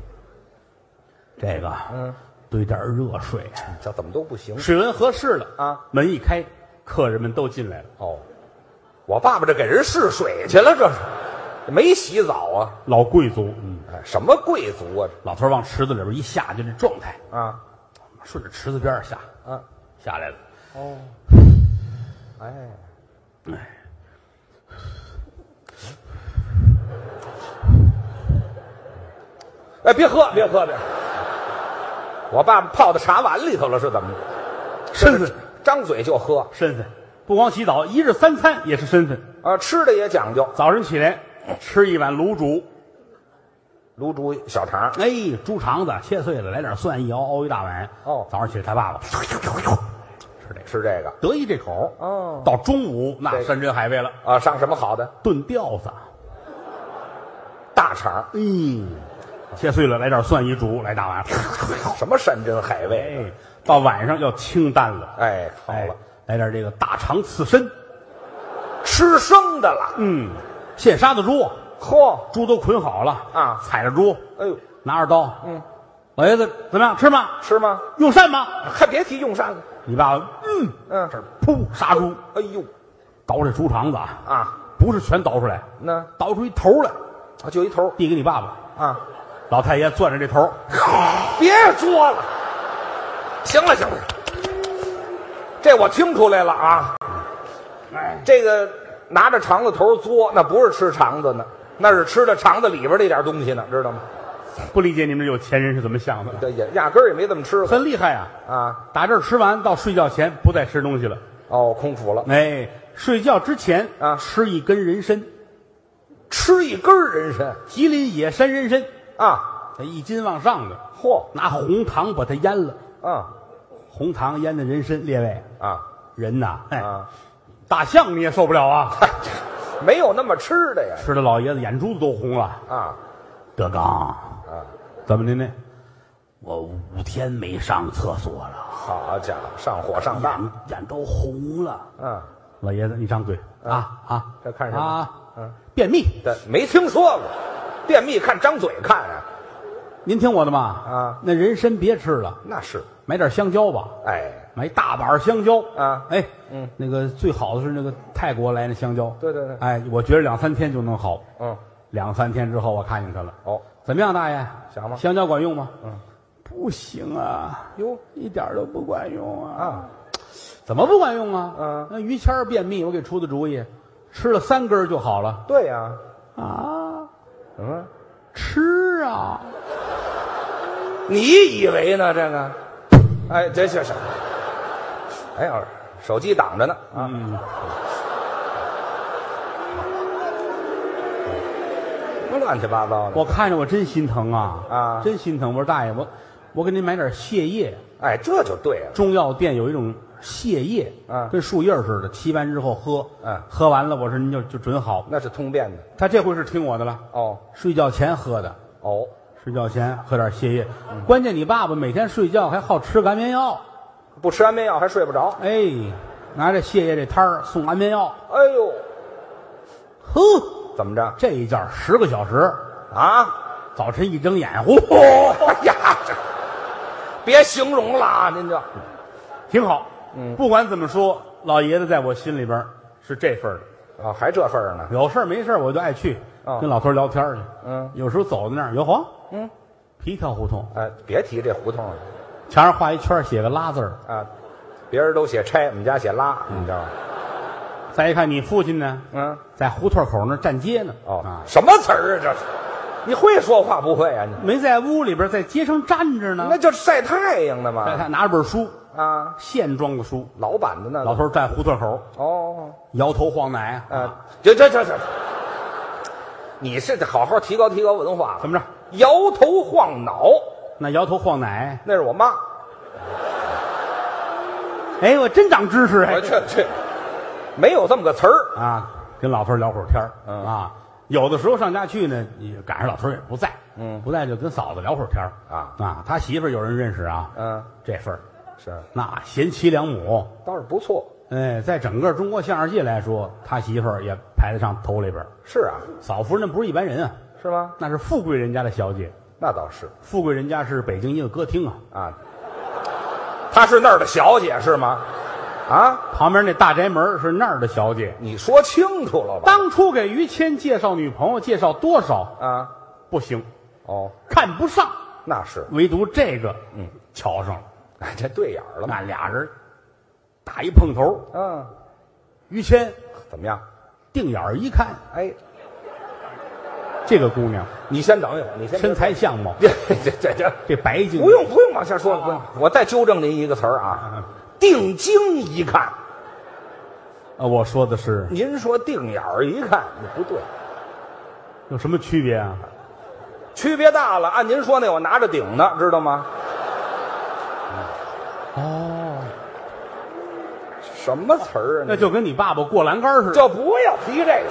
Speaker 1: 这个，
Speaker 2: 嗯，
Speaker 1: 兑点热水，
Speaker 2: 这怎么都不行
Speaker 1: 水温合适了
Speaker 2: 啊，
Speaker 1: 门一开，客人们都进来了。
Speaker 2: 哦。我爸爸这给人试水去了，这是没洗澡啊？
Speaker 1: 老贵族，嗯，
Speaker 2: 哎，什么贵族啊？
Speaker 1: 老头儿往池子里边一下，就这状态，
Speaker 2: 这啊
Speaker 1: 顺着池子边儿下
Speaker 2: 啊
Speaker 1: 下来了。
Speaker 2: 哦，哎，
Speaker 1: 哎
Speaker 2: 哎，别喝，别喝，别喝！我爸爸泡到茶碗里头了，是怎么着？
Speaker 1: 身份，
Speaker 2: 张嘴就喝
Speaker 1: 身份，不光洗澡，一日三餐也是身份。
Speaker 2: 啊，吃的也讲究，
Speaker 1: 早晨起来吃一碗卤煮，
Speaker 2: 卤煮小肠，
Speaker 1: 哎，猪肠子切碎了，来点蒜，一熬熬一大碗。
Speaker 2: 哦
Speaker 1: 早上起来他爸爸吃这个，
Speaker 2: 吃这个
Speaker 1: 得意这口。
Speaker 2: 哦
Speaker 1: 到中午那
Speaker 2: 对
Speaker 1: 山珍海味了，
Speaker 2: 啊，上什么好的？
Speaker 1: 炖吊子，
Speaker 2: 大肠，
Speaker 1: 嗯，切碎了来点蒜一煮，来大碗。
Speaker 2: 什么山珍海味？
Speaker 1: 哎，到晚上要清淡了，
Speaker 2: 哎，好
Speaker 1: 哎
Speaker 2: 了，，
Speaker 1: 来点这个大肠刺身，
Speaker 2: 吃生的了，
Speaker 1: 嗯，现杀的猪，
Speaker 2: 嚯，
Speaker 1: 猪都捆好了
Speaker 2: 啊
Speaker 1: 踩着猪，
Speaker 2: 哎呦，
Speaker 1: 拿着刀，
Speaker 2: 嗯，
Speaker 1: 老爷子怎么样？吃吗？
Speaker 2: 吃吗？
Speaker 1: 用膳吗？
Speaker 2: 还别提用膳了，
Speaker 1: 你爸爸，嗯，
Speaker 2: 嗯
Speaker 1: 这儿噗杀猪，
Speaker 2: 哎呦
Speaker 1: 倒这猪肠子啊，
Speaker 2: 啊，
Speaker 1: 不是全倒出来，
Speaker 2: 那
Speaker 1: 倒出一头来，
Speaker 2: 啊，就一头
Speaker 1: 递给你爸爸。
Speaker 2: 啊，
Speaker 1: 老太爷攥着这头，
Speaker 2: 别说了，行了行了，这我听出来了啊，
Speaker 1: 哎，
Speaker 2: 这个拿着肠子头嘬，那不是吃肠子呢，那是吃的肠子里边那点东西呢，知道吗？
Speaker 1: 不理解你们这有钱人是怎么想的，
Speaker 2: 这也压根儿也没怎么吃过
Speaker 1: 很厉害啊！
Speaker 2: 啊。
Speaker 1: 打这儿吃完到睡觉前不再吃东西了，
Speaker 2: 哦，空腹了，
Speaker 1: 哎，睡觉之前
Speaker 2: 啊
Speaker 1: 吃一根人参，
Speaker 2: 吃一根儿人参
Speaker 1: 吉林野山人参，
Speaker 2: 啊，
Speaker 1: 得一斤往上的，
Speaker 2: 嚯
Speaker 1: 拿红糖把它腌了，
Speaker 2: 啊
Speaker 1: 红糖腌的人参，列位
Speaker 2: 啊
Speaker 1: 人呐，哎，
Speaker 2: 啊，
Speaker 1: 大象你也受不了 啊！
Speaker 2: 没有那么吃的呀
Speaker 1: 吃的老爷子眼珠子都红了。
Speaker 2: 啊
Speaker 1: 德刚，
Speaker 2: 啊，
Speaker 1: 怎么的呢？我五天没上厕所了，
Speaker 2: 好家伙，上火上当，
Speaker 1: 眼眼都红了。
Speaker 2: 嗯，
Speaker 1: 老爷子，你张嘴啊啊！
Speaker 2: 这看什么
Speaker 1: 啊？
Speaker 2: 嗯，
Speaker 1: 便秘，
Speaker 2: 这没听说过，便秘看张嘴看啊，
Speaker 1: 您听我的嘛？
Speaker 2: 啊
Speaker 1: 那人参别吃了，
Speaker 2: 那是，
Speaker 1: 买点香蕉吧，
Speaker 2: 哎，
Speaker 1: 买一大把香蕉
Speaker 2: 啊
Speaker 1: 哎，
Speaker 2: 嗯，
Speaker 1: 那个最好的是那个泰国来的香蕉，
Speaker 2: 对对对
Speaker 1: 哎，我觉得两三天就能好，
Speaker 2: 嗯，
Speaker 1: 两三天之后我看见他了，
Speaker 2: 哦，
Speaker 1: 怎么样，大爷？
Speaker 2: 想吗
Speaker 1: 香蕉管用吗？
Speaker 2: 嗯，
Speaker 1: 不行啊，
Speaker 2: 哟
Speaker 1: 一点儿都不管用啊。
Speaker 2: 啊，
Speaker 1: 怎么不管用啊？
Speaker 2: 嗯
Speaker 1: 那于谦儿便秘，我给出的主意，吃了三根儿就好了
Speaker 2: 对呀，
Speaker 1: 啊。
Speaker 2: 嗯，
Speaker 1: 吃啊，
Speaker 2: 你以为呢？这个，哎，这这是，哎呀，手机挡着呢啊，
Speaker 1: 嗯，
Speaker 2: 什么乱七八糟的，
Speaker 1: 我看着我真心疼啊，
Speaker 2: 啊
Speaker 1: 真心疼。我说大爷，我我给您买点泻叶，
Speaker 2: 哎，这就对了，
Speaker 1: 中药店有一种泻叶，
Speaker 2: 嗯
Speaker 1: 跟树叶儿似的，沏完之后喝，
Speaker 2: 嗯
Speaker 1: 喝完了，我说您就就准好。
Speaker 2: 那是通便的，
Speaker 1: 他这回是听我的了，
Speaker 2: 哦
Speaker 1: 睡觉前喝的，
Speaker 2: 哦，
Speaker 1: 睡觉前喝点泻叶。关键你爸爸每天睡觉还好吃个安眠药，
Speaker 2: 不吃安眠药还睡不着，
Speaker 1: 哎，拿着泻叶这摊儿送安眠药，
Speaker 2: 哎呦，
Speaker 1: 呵，
Speaker 2: 怎么着
Speaker 1: 这一觉十个小时，
Speaker 2: 啊？
Speaker 1: 早晨一睁眼，呼，
Speaker 2: 哦呀，这别形容了啊，您这
Speaker 1: 挺好。
Speaker 2: 嗯
Speaker 1: 不管怎么说，老爷子在我心里边儿是这份儿的。
Speaker 2: 啊还这份儿呢？
Speaker 1: 有事儿没事儿我就爱去、
Speaker 2: 哦
Speaker 1: 跟老头儿聊天儿去。
Speaker 2: 嗯
Speaker 1: 有时候走到那儿，哟呵，
Speaker 2: 嗯，
Speaker 1: 皮条胡同，
Speaker 2: 哎，别提这胡同了
Speaker 1: 墙上画一圈儿，写个拉字儿。
Speaker 2: 啊，别人都写拆，我们家写拉，你知道吗？
Speaker 1: 再一看你父亲呢，
Speaker 2: 嗯，
Speaker 1: 在胡同口那儿站街呢。
Speaker 2: 哦
Speaker 1: 啊，，
Speaker 2: 什么词儿啊这是？你会说话不会啊？你
Speaker 1: 没在屋里边儿，在街上站着呢
Speaker 2: 那。就是啊晒太阳的
Speaker 1: 在
Speaker 2: 嘛
Speaker 1: 他拿着本书，
Speaker 2: 啊，
Speaker 1: 线装的书。
Speaker 2: 老板的那
Speaker 1: 老
Speaker 2: 个
Speaker 1: 头儿站胡同口儿，
Speaker 2: 哦，
Speaker 1: 摇头晃脑啊。
Speaker 2: 啊，这这这这，你是得好好提高提高文化了
Speaker 1: 怎么着？
Speaker 2: 摇头晃脑，
Speaker 1: 那摇头晃脑，
Speaker 2: 那是我妈。
Speaker 1: 哎，我真长知识哎
Speaker 2: 我。去去，没有这么个词儿。
Speaker 1: 啊，跟老头儿聊会儿天儿、
Speaker 2: 嗯
Speaker 1: 啊。有的时候上家去呢，也赶上老头儿也不在，
Speaker 2: 嗯
Speaker 1: 不在就跟嫂子聊会儿天儿
Speaker 2: 啊
Speaker 1: 他媳妇儿有人认识啊，
Speaker 2: 嗯，
Speaker 1: 这份儿
Speaker 2: 是，
Speaker 1: 那贤妻良母，
Speaker 2: 倒是不错。
Speaker 1: 哎，在整个中国相声界来说，他媳妇儿也排得上头里边儿。
Speaker 2: 是啊，
Speaker 1: 嫂夫人那不是一般人啊，
Speaker 2: 是吗？
Speaker 1: 那是富贵人家的小姐，
Speaker 2: 那倒是
Speaker 1: 富贵人家是北京一个歌厅啊，
Speaker 2: 啊。她是那儿的小姐是吗？啊，
Speaker 1: 旁边那大宅门儿是那儿的小姐。
Speaker 2: 你说清楚了吧？
Speaker 1: 当初给于谦介绍女朋友，介绍多少
Speaker 2: 啊，
Speaker 1: 不行，
Speaker 2: 哦，
Speaker 1: 看不上，
Speaker 2: 那是，
Speaker 1: 唯独这个
Speaker 2: 嗯，
Speaker 1: 瞧上了。
Speaker 2: 哎， 这对眼儿了嘛？
Speaker 1: 那俩人打一碰头，
Speaker 2: 嗯，
Speaker 1: 于谦
Speaker 2: 怎么样？
Speaker 1: 定眼儿一看，
Speaker 2: 哎，
Speaker 1: 这个姑娘
Speaker 2: 你先等一会儿，你先
Speaker 1: 身材相貌，
Speaker 2: 这这这这
Speaker 1: 这白净
Speaker 2: 不用不用往下说了，不用。我再纠正您一个词儿啊，
Speaker 1: 啊，
Speaker 2: 定睛一看，
Speaker 1: 呃我说的是
Speaker 2: 您说定眼儿一看，那不对。
Speaker 1: 有什么区别啊？
Speaker 2: 区别大了。按您说那，我拿着顶呢，知道吗？
Speaker 1: 哦，
Speaker 2: 什么词儿啊？
Speaker 1: 那就跟你爸爸过栏杆似的，
Speaker 2: 就不要提这个，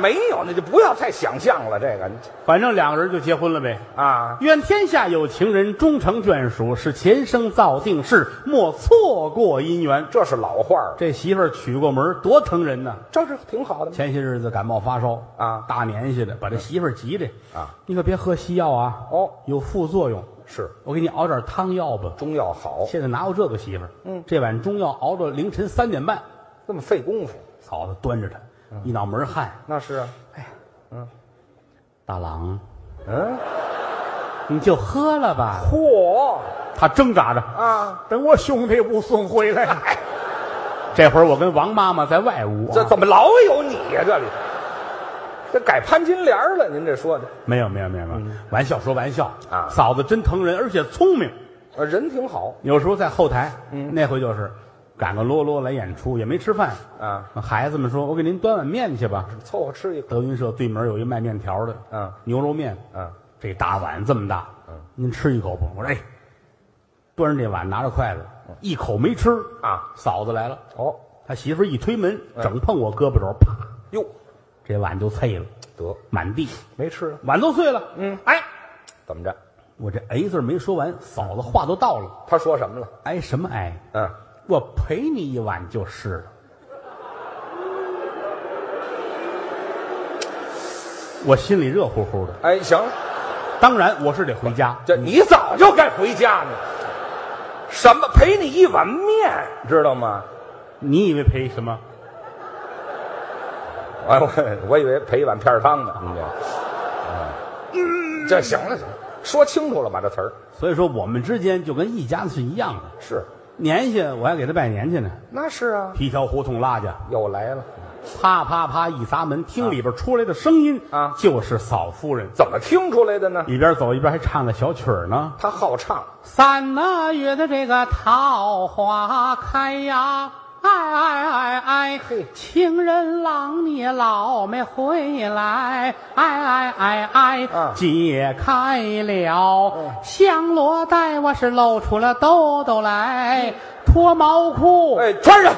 Speaker 2: 没有，那就不要太想象了。这个
Speaker 1: 反正两个人就结婚了呗。
Speaker 2: 啊，
Speaker 1: 愿天下有情人终成眷属，是前生造定事，莫错过姻缘。
Speaker 2: 这是老话儿，
Speaker 1: 这媳妇儿娶过门儿，多疼人呐！
Speaker 2: 这是挺好的。
Speaker 1: 前些日子感冒发烧
Speaker 2: 啊
Speaker 1: 大年纪的，把这媳妇儿急的
Speaker 2: 啊，
Speaker 1: 你可别喝西药啊，
Speaker 2: 哦，
Speaker 1: 有副作用。
Speaker 2: 是
Speaker 1: 我给你熬点汤药吧。
Speaker 2: 中药好，
Speaker 1: 现在哪有这个媳妇儿？
Speaker 2: 嗯
Speaker 1: 这碗中药熬到凌晨三点半，
Speaker 2: 这么费功夫，
Speaker 1: 嫂子端着她，一脑门汗。
Speaker 2: 那是啊，
Speaker 1: 大郎，
Speaker 2: 嗯，
Speaker 1: 你就喝了吧。
Speaker 2: 嚯
Speaker 1: 他挣扎着，
Speaker 2: 啊，
Speaker 1: 啊等我兄弟不送回 来。这会儿我跟王妈妈在外屋、啊，
Speaker 2: 这怎么老有你呀、这里，这改潘金莲了，您这说的
Speaker 1: 没有没有没有没有，玩笑说玩笑
Speaker 2: 啊
Speaker 1: 嫂子真疼人，而且聪明。
Speaker 2: 呃人挺好
Speaker 1: 有时候在后台，
Speaker 2: 嗯
Speaker 1: 那回就是赶个啰啰来演出，也没吃饭。
Speaker 2: 啊，
Speaker 1: 孩子们说：“我给您端碗面去吧。
Speaker 2: 凑合吃一”口。
Speaker 1: 德云社对门有一卖面条的，
Speaker 2: 嗯
Speaker 1: 牛肉面，
Speaker 2: 嗯，
Speaker 1: 这大碗这么大，
Speaker 2: 嗯，
Speaker 1: 您吃一口不？我说哎，端着这碗，拿着筷子，一口没吃
Speaker 2: 嗯啊。
Speaker 1: 嫂子来了，
Speaker 2: 哦，
Speaker 1: 他媳妇儿一推门，
Speaker 2: 嗯
Speaker 1: 整碰我胳膊肘，啪，
Speaker 2: 哟，
Speaker 1: 这碗就碎了，
Speaker 2: 得
Speaker 1: 满地，
Speaker 2: 没吃啊了，
Speaker 1: 碗都碎了。
Speaker 2: 嗯，
Speaker 1: 哎，
Speaker 2: 怎么着？
Speaker 1: 我这哎字儿没说完，嫂子话都到了，
Speaker 2: 他说什么了？
Speaker 1: 哎什么哎？
Speaker 2: 嗯，
Speaker 1: 我陪你一碗就是了。我心里热乎乎的，
Speaker 2: 哎，行了，
Speaker 1: 当然我是得回家。
Speaker 2: 这你早就该回家呢。什么赔你一碗面，知道吗？
Speaker 1: 你以为陪什么？
Speaker 2: 哎，我我以为赔一碗片儿汤呢。你这，嗯，这行了行了，说清楚了吧？这词儿
Speaker 1: 所以说我们之间就跟一家子是一样的。
Speaker 2: 是，
Speaker 1: 年下我还给他拜年去呢，
Speaker 2: 那是啊，
Speaker 1: 皮条胡同拉去，
Speaker 2: 又来了，
Speaker 1: 啪啪啪一砸门，听里边出来的声音
Speaker 2: 啊
Speaker 1: 就是嫂夫人，
Speaker 2: 怎么听出来的呢？
Speaker 1: 一边走一边还唱着小曲儿呢。
Speaker 2: 他好唱，
Speaker 1: 三那月的这个桃花开呀，哎哎哎哎
Speaker 2: 嘿，
Speaker 1: 情人郎你老没回来，哎哎哎哎
Speaker 2: 啊，嗯
Speaker 1: 解开了香罗带，我是露出了兜兜来，脱毛裤，
Speaker 2: 嗯哎，穿上。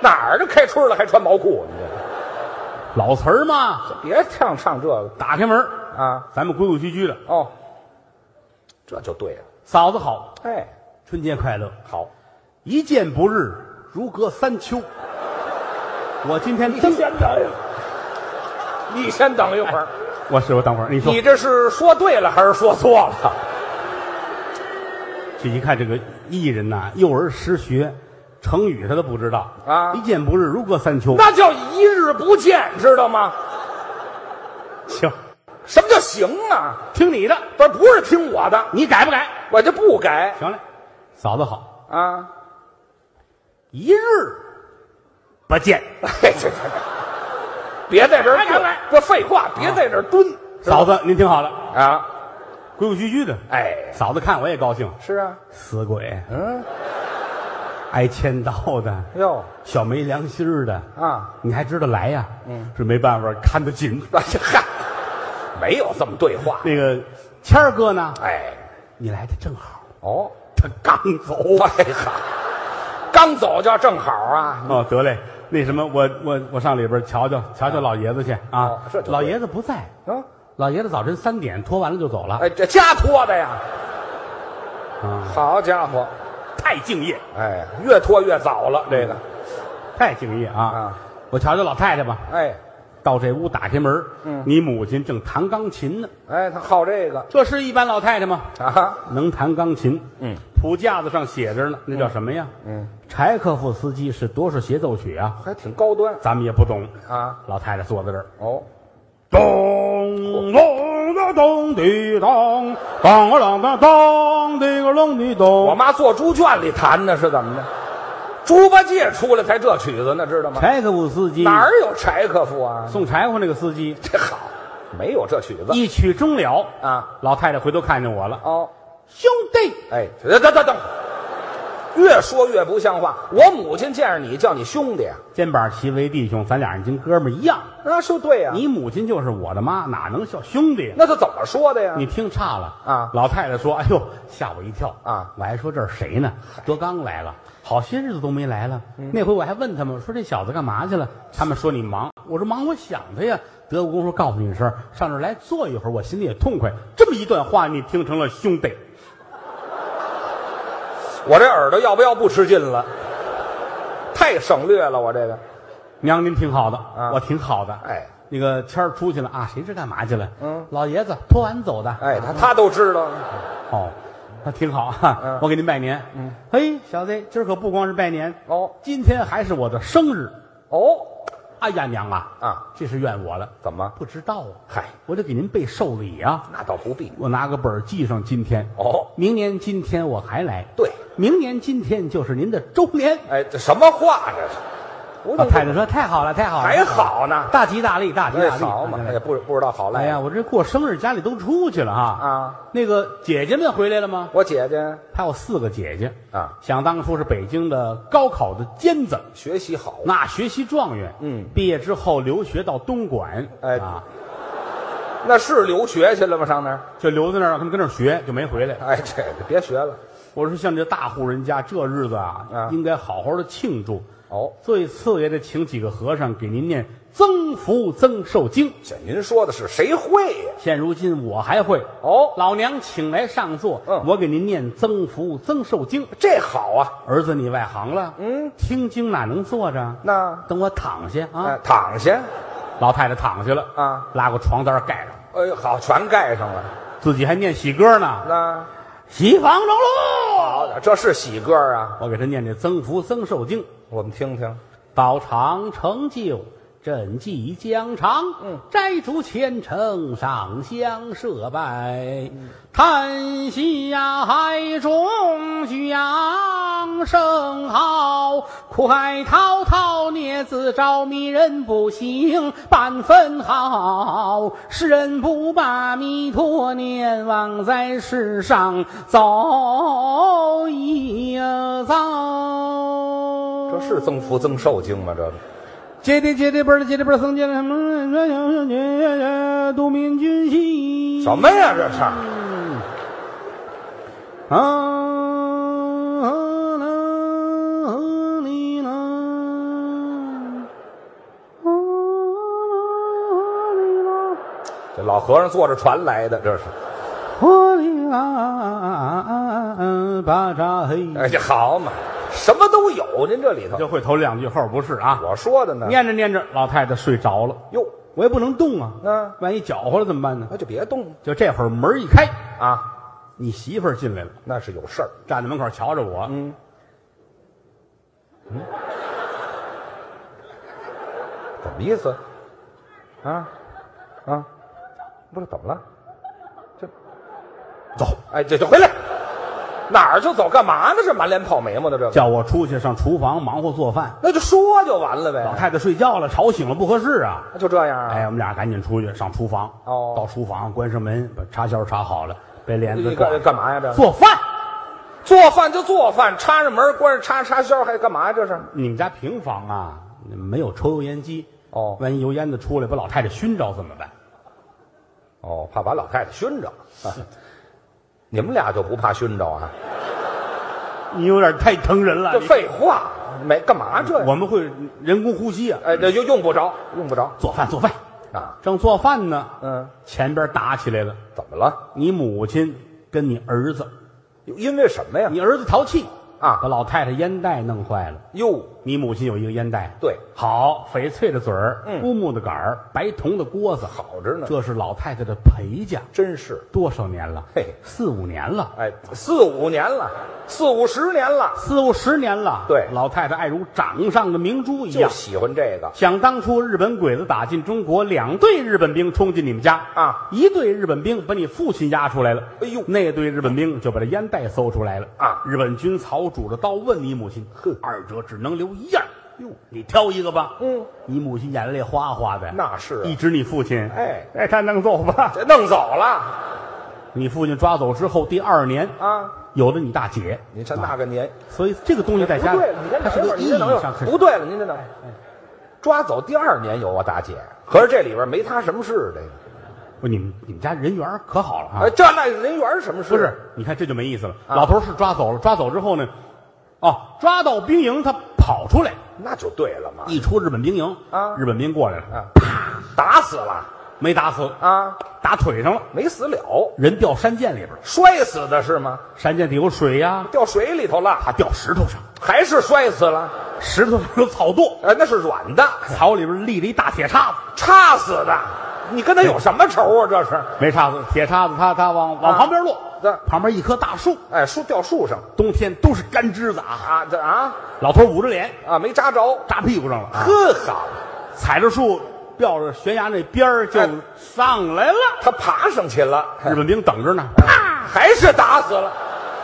Speaker 2: 哪儿都开春了还穿毛裤？你这
Speaker 1: 老词儿嘛。
Speaker 2: 别唱唱这个
Speaker 1: 打开门，
Speaker 2: 啊！
Speaker 1: 咱们规规矩矩的，
Speaker 2: 哦，这就对了。
Speaker 1: 嫂子好，
Speaker 2: 哎，
Speaker 1: 春节快乐，
Speaker 2: 好，
Speaker 1: 一见不日，如隔三 秋。我今天真，
Speaker 2: 等一会儿，你先等一会儿。
Speaker 1: 我是我等会儿你说
Speaker 2: 你这是说对了还是说错了？
Speaker 1: 这一看这个艺人呐、幼儿识学，成语他都不知道
Speaker 2: 啊
Speaker 1: 一见不日，如隔三秋。
Speaker 2: 那叫一日不见，知道吗？
Speaker 1: 行，
Speaker 2: 什么叫行啊？
Speaker 1: 听你的，
Speaker 2: 不是不是听我的，
Speaker 1: 你改不改？
Speaker 2: 我就不改
Speaker 1: 行嘞，嫂子好，
Speaker 2: 啊！
Speaker 1: 一日不见，
Speaker 2: 哎，这这别在这儿
Speaker 1: 来
Speaker 2: 蹲
Speaker 1: 来来，
Speaker 2: 这废话，别在这儿蹲。
Speaker 1: 嫂子您听好了，
Speaker 2: 啊，
Speaker 1: 规规矩矩的。
Speaker 2: 哎，
Speaker 1: 嫂子看我也高兴，
Speaker 2: 是啊，
Speaker 1: 死鬼，
Speaker 2: 嗯，
Speaker 1: 挨千刀的，
Speaker 2: 哟
Speaker 1: 小没良心儿的，
Speaker 2: 啊，
Speaker 1: 你还知道来呀？
Speaker 2: 嗯，
Speaker 1: 是没办法看得紧。
Speaker 2: 哎呀嗨，没有这么对话。
Speaker 1: 那个谦儿哥呢？
Speaker 2: 哎，
Speaker 1: 你来的正好，
Speaker 2: 哦，
Speaker 1: 他刚走。
Speaker 2: 哎呀，刚走就正好啊。
Speaker 1: 哦，得嘞，那什么，我我我上里边瞧瞧瞧瞧老爷子去
Speaker 2: 啊哦
Speaker 1: 啊
Speaker 2: 这就对！
Speaker 1: 老爷子不在，
Speaker 2: 啊，
Speaker 1: 老爷子早晨三点拖完了就走了
Speaker 2: 哎，这家拖的呀，
Speaker 1: 啊！
Speaker 2: 好家伙！
Speaker 1: 太敬业，
Speaker 2: 哎，越拖越早了，这个，
Speaker 1: 太敬业啊
Speaker 2: 啊！
Speaker 1: 我瞧瞧老太太吧，
Speaker 2: 哎，
Speaker 1: 到这屋打开门，
Speaker 2: 嗯
Speaker 1: 你母亲正弹钢琴呢。
Speaker 2: 哎，他好这个
Speaker 1: 这是一般老太太吗？
Speaker 2: 啊，
Speaker 1: 能弹钢琴，
Speaker 2: 嗯，
Speaker 1: 谱架子上写着呢，那叫什么呀？
Speaker 2: 嗯，
Speaker 1: 柴可夫斯基是多少协奏曲啊？
Speaker 2: 还挺高端
Speaker 1: 咱们也不懂。
Speaker 2: 啊，
Speaker 1: 老太太坐在这儿，
Speaker 2: 哦，
Speaker 1: 咚隆的咚滴咚，当个啷当当滴个啷滴
Speaker 2: 我
Speaker 1: 咚。
Speaker 2: 妈做猪圈里弹的是怎么的？猪八戒出来才这曲子呢，知道吗？
Speaker 1: 柴可夫斯基
Speaker 2: 哪儿有柴可夫啊？
Speaker 1: 送柴火那个司机，
Speaker 2: 这好，没有这曲子
Speaker 1: 一曲终了，
Speaker 2: 啊。
Speaker 1: 老太太回头看见我了，
Speaker 2: 哦，
Speaker 1: 兄弟，
Speaker 2: 哎，等等等等，越说越不像话。我母亲见着你叫你兄弟啊，
Speaker 1: 肩膀齐为弟兄，咱俩人跟哥们儿一样。
Speaker 2: 那说对呀、啊
Speaker 1: 你母亲就是我的妈，哪能叫兄弟？
Speaker 2: 那他怎么说的呀？
Speaker 1: 你听差了
Speaker 2: 啊
Speaker 1: 老太太说：“哎呦，吓我一跳
Speaker 2: 啊！
Speaker 1: 我还说这是谁呢？德刚来了，好些日子都没来了。
Speaker 2: 嗯
Speaker 1: 那回我还问他们说这小子干嘛去了，他们说你忙。我说忙，我想他呀。德国公说告诉你一声，上这儿来坐一会儿，我心里也痛快。这么一段话，你听成了兄弟，
Speaker 2: 我这耳朵要不要不吃劲了？太省略了，我这个。
Speaker 1: 娘您挺好的，
Speaker 2: 啊
Speaker 1: 我挺好的。
Speaker 2: 哎
Speaker 1: 那个谦儿出去了啊，谁知干嘛去了？
Speaker 2: 嗯，
Speaker 1: 老爷子拖完走的。
Speaker 2: 哎，他他都知道。
Speaker 1: 哦，那挺好啊。
Speaker 2: 嗯
Speaker 1: 我给您拜年。
Speaker 2: 嗯，
Speaker 1: 嘿，小子，今儿可不光是拜年
Speaker 2: 哦
Speaker 1: 今天还是我的生日。
Speaker 2: 哦
Speaker 1: 哎呀，娘啊，
Speaker 2: 啊，
Speaker 1: 这是怨我了，
Speaker 2: 怎么？
Speaker 1: 不知道啊。
Speaker 2: 嗨，
Speaker 1: 我得给您备寿礼啊。
Speaker 2: 那倒不必。
Speaker 1: 我拿个本儿记上今天，
Speaker 2: 哦，
Speaker 1: 明年今天我还来。
Speaker 2: 对，
Speaker 1: 明年今天就是您的周年。
Speaker 2: 哎，这什么话这是？不
Speaker 1: 老
Speaker 2: 就
Speaker 1: 太太说：“太好了，太好了，
Speaker 2: 还好呢
Speaker 1: 大吉大利，大吉
Speaker 2: 那
Speaker 1: 大利。”
Speaker 2: 好嘛，
Speaker 1: 哎
Speaker 2: 也
Speaker 1: 呀
Speaker 2: 不不知道好赖。
Speaker 1: 哎呀，我这过生日家里都出去了哈。
Speaker 2: 啊，
Speaker 1: 那个姐姐们回来了吗？
Speaker 2: 我姐姐
Speaker 1: 她有四个姐姐，
Speaker 2: 啊，
Speaker 1: 想当初是北京的高考的尖子，
Speaker 2: 学习好，
Speaker 1: 那学习状元。
Speaker 2: 嗯
Speaker 1: 毕业之后留学到东莞，
Speaker 2: 哎
Speaker 1: 啊，
Speaker 2: 那是留学去了吗？上那儿？
Speaker 1: 就留在那儿，跟跟那儿学，就没回来。
Speaker 2: 哎，这个别学了。
Speaker 1: 我说像这大户人家，这日子啊，
Speaker 2: 啊
Speaker 1: 应该好好的庆祝。
Speaker 2: 哦，
Speaker 1: 最次也得请几个和尚给您念《增福增寿经》。
Speaker 2: 这您说的是谁会呀？
Speaker 1: 现如今我还会，
Speaker 2: 哦，
Speaker 1: 老娘请来上座，
Speaker 2: 嗯
Speaker 1: 我给您念《增福增寿经》。
Speaker 2: 这好啊。
Speaker 1: 儿子，你外行了，
Speaker 2: 嗯，
Speaker 1: 听经哪能坐着？
Speaker 2: 那
Speaker 1: 等我躺下
Speaker 2: 哎
Speaker 1: 啊！
Speaker 2: 躺下。
Speaker 1: 老太太躺下了
Speaker 2: 啊，
Speaker 1: 拉过床单盖上，
Speaker 2: 哎，好，全盖上了。
Speaker 1: 自己还念喜歌呢，
Speaker 2: 那
Speaker 1: 喜房中
Speaker 2: 好
Speaker 1: 路。
Speaker 2: 的，这是喜歌啊，
Speaker 1: 我给他念这《增福增寿经》。
Speaker 2: 我们听听。
Speaker 1: 饱尝成就，赈济疆场，
Speaker 2: 嗯
Speaker 1: 摘除前程，上香设拜，
Speaker 2: 嗯
Speaker 1: 叹息呀，海中响声号，苦海滔滔，孽子招迷人不醒半分好，世人不把弥陀念，枉在世上走一遭。
Speaker 2: 这是增福增寿经吗？这个
Speaker 1: 接的接的辈儿的接的辈儿僧接的什么？都民军系
Speaker 2: 什么呀？这是
Speaker 1: 啊？啊你呢？
Speaker 2: 这老和尚坐着船来的，这是。
Speaker 1: 我的啊，巴扎嘿，
Speaker 2: 哎，这好嘛，什么都有，您这里头。
Speaker 1: 就会头两句后不是啊？
Speaker 2: 我说的呢。
Speaker 1: 念着念着，老太太睡着了，
Speaker 2: 哟，
Speaker 1: 我也不能动啊，
Speaker 2: 那
Speaker 1: 万一搅和了怎么办呢？
Speaker 2: 那就别动了
Speaker 1: 就这会儿门一开，
Speaker 2: 啊，
Speaker 1: 你媳妇儿进来了。
Speaker 2: 那是有事儿。
Speaker 1: 站在门口瞧着我，
Speaker 2: 嗯，怎么意思？啊啊，不是怎么了？这
Speaker 1: 走，
Speaker 2: 哎，这就回来，哪儿就走？干嘛呢？这满脸跑眉毛的这个，
Speaker 1: 叫我出去上厨房忙活做饭。
Speaker 2: 那就说就完了
Speaker 1: 老
Speaker 2: 呗。
Speaker 1: 太太睡觉了，吵醒了不合适啊！
Speaker 2: 就这样啊？
Speaker 1: 哎，我们俩赶紧出去上厨房。
Speaker 2: 哦
Speaker 1: 到厨房关上门，把插销插好了，被帘子
Speaker 2: 你
Speaker 1: 挂
Speaker 2: 干。干嘛呀？这
Speaker 1: 做饭，
Speaker 2: 做饭就做饭，插上门，关上插插销，还干嘛呀？这是？
Speaker 1: 你们家平房啊，没有抽油烟机
Speaker 2: 哦
Speaker 1: 万一油烟子出来把老太太熏着怎么办？
Speaker 2: 哦，怕把老太太熏着。啊 你们俩就不怕熏着啊？
Speaker 1: 你有点太疼人了。
Speaker 2: 这
Speaker 1: 你
Speaker 2: 废话，没干嘛这呀？
Speaker 1: 我们会人工呼吸啊。
Speaker 2: 哎，这就用不着，用不着
Speaker 1: 做饭做饭，
Speaker 2: 啊。
Speaker 1: 正做饭呢，
Speaker 2: 嗯，
Speaker 1: 前边打起来了。
Speaker 2: 怎么了？
Speaker 1: 你母亲跟你儿子
Speaker 2: 因为什么呀？
Speaker 1: 你儿子淘气
Speaker 2: 啊
Speaker 1: 把老太太烟袋弄坏了。
Speaker 2: 哟，
Speaker 1: 你母亲有一个烟袋，
Speaker 2: 对，
Speaker 1: 好，翡翠的嘴儿，
Speaker 2: 嗯
Speaker 1: 乌木的杆儿，白铜的锅子，
Speaker 2: 好着呢，
Speaker 1: 这是老太太的陪嫁，
Speaker 2: 真是。
Speaker 1: 多少年了？
Speaker 2: 嘿
Speaker 1: 四五年了，
Speaker 2: 哎，四五年了，四五十年了，
Speaker 1: 四五十年了。
Speaker 2: 对
Speaker 1: 老太太爱如掌上的明珠一
Speaker 2: 就
Speaker 1: 样。
Speaker 2: 喜欢这个
Speaker 1: 想当初，日本鬼子打进中国，两队日本兵冲进你们家
Speaker 2: 啊！
Speaker 1: 一队日本兵把你父亲押出来了，
Speaker 2: 哎呦
Speaker 1: 那队日本兵就把这烟袋搜出来了
Speaker 2: 啊
Speaker 1: 日本军曹拄着刀问你母亲，
Speaker 2: 呵
Speaker 1: 二者只能留一样，哟，你挑一个吧。
Speaker 2: 嗯，
Speaker 1: 你母亲眼泪哗哗的，
Speaker 2: 那是啊
Speaker 1: 一指你父亲，
Speaker 2: 哎
Speaker 1: 哎，他能走吧？
Speaker 2: 这弄走
Speaker 1: 啊
Speaker 2: 了
Speaker 1: 你父亲抓走之后，第二年
Speaker 2: 啊！
Speaker 1: 有了你大姐，
Speaker 2: 您这那个年
Speaker 1: 所以这个东西在家
Speaker 2: 不对，你先
Speaker 1: 它
Speaker 2: 等
Speaker 1: 是
Speaker 2: 一会
Speaker 1: 个
Speaker 2: 儿，
Speaker 1: 意
Speaker 2: 您
Speaker 1: 义
Speaker 2: 先等一会
Speaker 1: 上
Speaker 2: 儿，
Speaker 1: 很哎
Speaker 2: 不对了，您先等会儿。抓走第二年有啊，大姐。合着这里边没他什么事，这个
Speaker 1: 不，哦你们你们家人缘儿可好了啊
Speaker 2: 哎，！这那人缘什么事？
Speaker 1: 不是，你看这就没意思了。
Speaker 2: 啊
Speaker 1: 老头儿是抓走了，抓走之后呢，哦，抓到兵营他跑出来，
Speaker 2: 那就对了嘛，
Speaker 1: 一出日本兵营
Speaker 2: 啊
Speaker 1: 日本兵过来了，
Speaker 2: 啊，打死了
Speaker 1: 没打死，
Speaker 2: 啊，
Speaker 1: 打腿上了，
Speaker 2: 没死了，
Speaker 1: 人掉山涧里边了，
Speaker 2: 摔死的是吗？
Speaker 1: 山涧里有水呀、
Speaker 2: 掉水里头了，
Speaker 1: 他掉石头上，
Speaker 2: 还是摔死了？
Speaker 1: 石头上有草垛，
Speaker 2: 呃，那是软的，
Speaker 1: 草里边立了一大铁叉子，
Speaker 2: 插死的。你跟他有什么仇啊？这是？
Speaker 1: 没叉子，铁叉子他他往往
Speaker 2: 啊
Speaker 1: 旁边落，
Speaker 2: 对
Speaker 1: 旁边一棵大树，
Speaker 2: 哎，树掉树上
Speaker 1: 冬天都是干枝子啊。
Speaker 2: 啊，这啊
Speaker 1: 老头儿捂着脸，
Speaker 2: 啊没扎着，
Speaker 1: 扎屁股上了，啊
Speaker 2: 呵好，
Speaker 1: 踩着树，吊着悬崖那边儿就
Speaker 2: 哎
Speaker 1: 上来了。
Speaker 2: 他爬上去了，
Speaker 1: 日本兵等着呢。
Speaker 2: 哎还是打死了。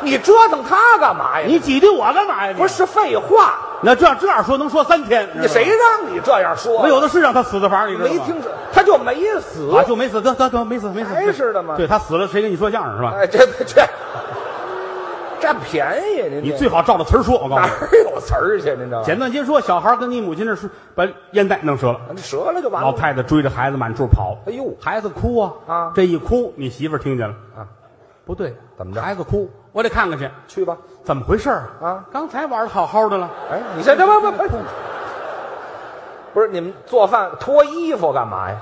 Speaker 2: 你折腾他干嘛呀？
Speaker 1: 你挤兑我干嘛呀？你
Speaker 2: 不是废话，
Speaker 1: 那这样这样说能说三天，
Speaker 2: 你谁
Speaker 1: 知道
Speaker 2: 让你这样说？
Speaker 1: 吗？
Speaker 2: 啊
Speaker 1: 那有的是让他死的法儿，你知道吗？
Speaker 2: 没听说，他就没死。
Speaker 1: 啊，就没死，得得得，没死没死，
Speaker 2: 还是的吗
Speaker 1: 对他死了，谁跟你说相声是吧？
Speaker 2: 哎，这这占便宜您这，
Speaker 1: 你最好照着词儿说，我告诉
Speaker 2: 哪
Speaker 1: 你，
Speaker 2: 儿有词儿去？您知道吗？
Speaker 1: 简短截说，小孩跟你母亲那是把烟袋弄折了，
Speaker 2: 你折了就完了。
Speaker 1: 老太太追着孩子满处跑，
Speaker 2: 啊哎呦
Speaker 1: 孩子哭啊
Speaker 2: 啊
Speaker 1: 这一哭，你媳妇儿听见了，
Speaker 2: 啊，
Speaker 1: 不对，
Speaker 2: 怎么着
Speaker 1: 孩子哭，我得看看去，
Speaker 2: 去吧。
Speaker 1: 怎么回事儿
Speaker 2: 啊？
Speaker 1: 刚才玩的好好的了，
Speaker 2: 哎，你这这不不不，不是你们做饭脱衣服干嘛呀？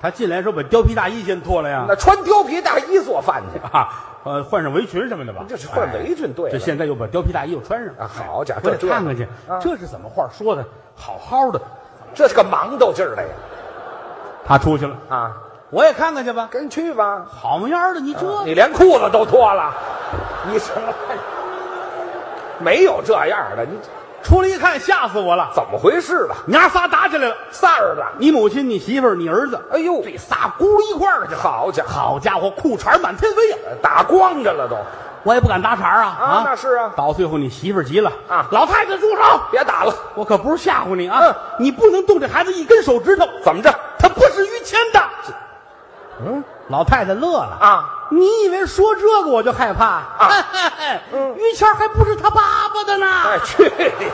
Speaker 1: 他进来时候把貂皮大衣先脱了呀
Speaker 2: 那，穿貂皮大衣做饭去，
Speaker 1: 啊，呃，换上围裙什么的吧，哎
Speaker 2: 这是换围裙对了
Speaker 1: 这现在又把貂皮大衣又穿上
Speaker 2: 啊好家伙
Speaker 1: 我得
Speaker 2: 这
Speaker 1: 看看去
Speaker 2: 啊，
Speaker 1: 这是怎么话说的？好好的，
Speaker 2: 这是个忙叨劲儿的呀！
Speaker 1: 他出去了，
Speaker 2: 啊，
Speaker 1: 我也看看去吧。
Speaker 2: 跟去吧。
Speaker 1: 好模样的，你这
Speaker 2: 你连裤子都脱了，你什么？没有这样的，你
Speaker 1: 出来一看，吓死我了！
Speaker 2: 怎么回事啊了？
Speaker 1: 你娘仨打起来了，
Speaker 2: 三儿子，
Speaker 1: 你母亲、你媳妇儿、你儿子，
Speaker 2: 哎呦，
Speaker 1: 这仨咕噜一块儿去了。
Speaker 2: 好家伙，
Speaker 1: 好家伙，裤衩满天飞呀！
Speaker 2: 打光着了都，
Speaker 1: 我也不敢搭茬啊
Speaker 2: 啊那是啊
Speaker 1: 到最后，你媳妇儿急了
Speaker 2: 啊
Speaker 1: 老太太住手！
Speaker 2: 别打了，
Speaker 1: 我可不是吓唬你啊，
Speaker 2: 嗯
Speaker 1: 你不能动这孩子一根手指头，
Speaker 2: 怎么着？
Speaker 1: 他不是于谦的。
Speaker 2: 嗯
Speaker 1: 老太太乐了
Speaker 2: 啊，
Speaker 1: 你以为说这个我就害怕？
Speaker 2: 啊
Speaker 1: 于谦还不是他爸爸的呢。
Speaker 2: 哎哎，去你的！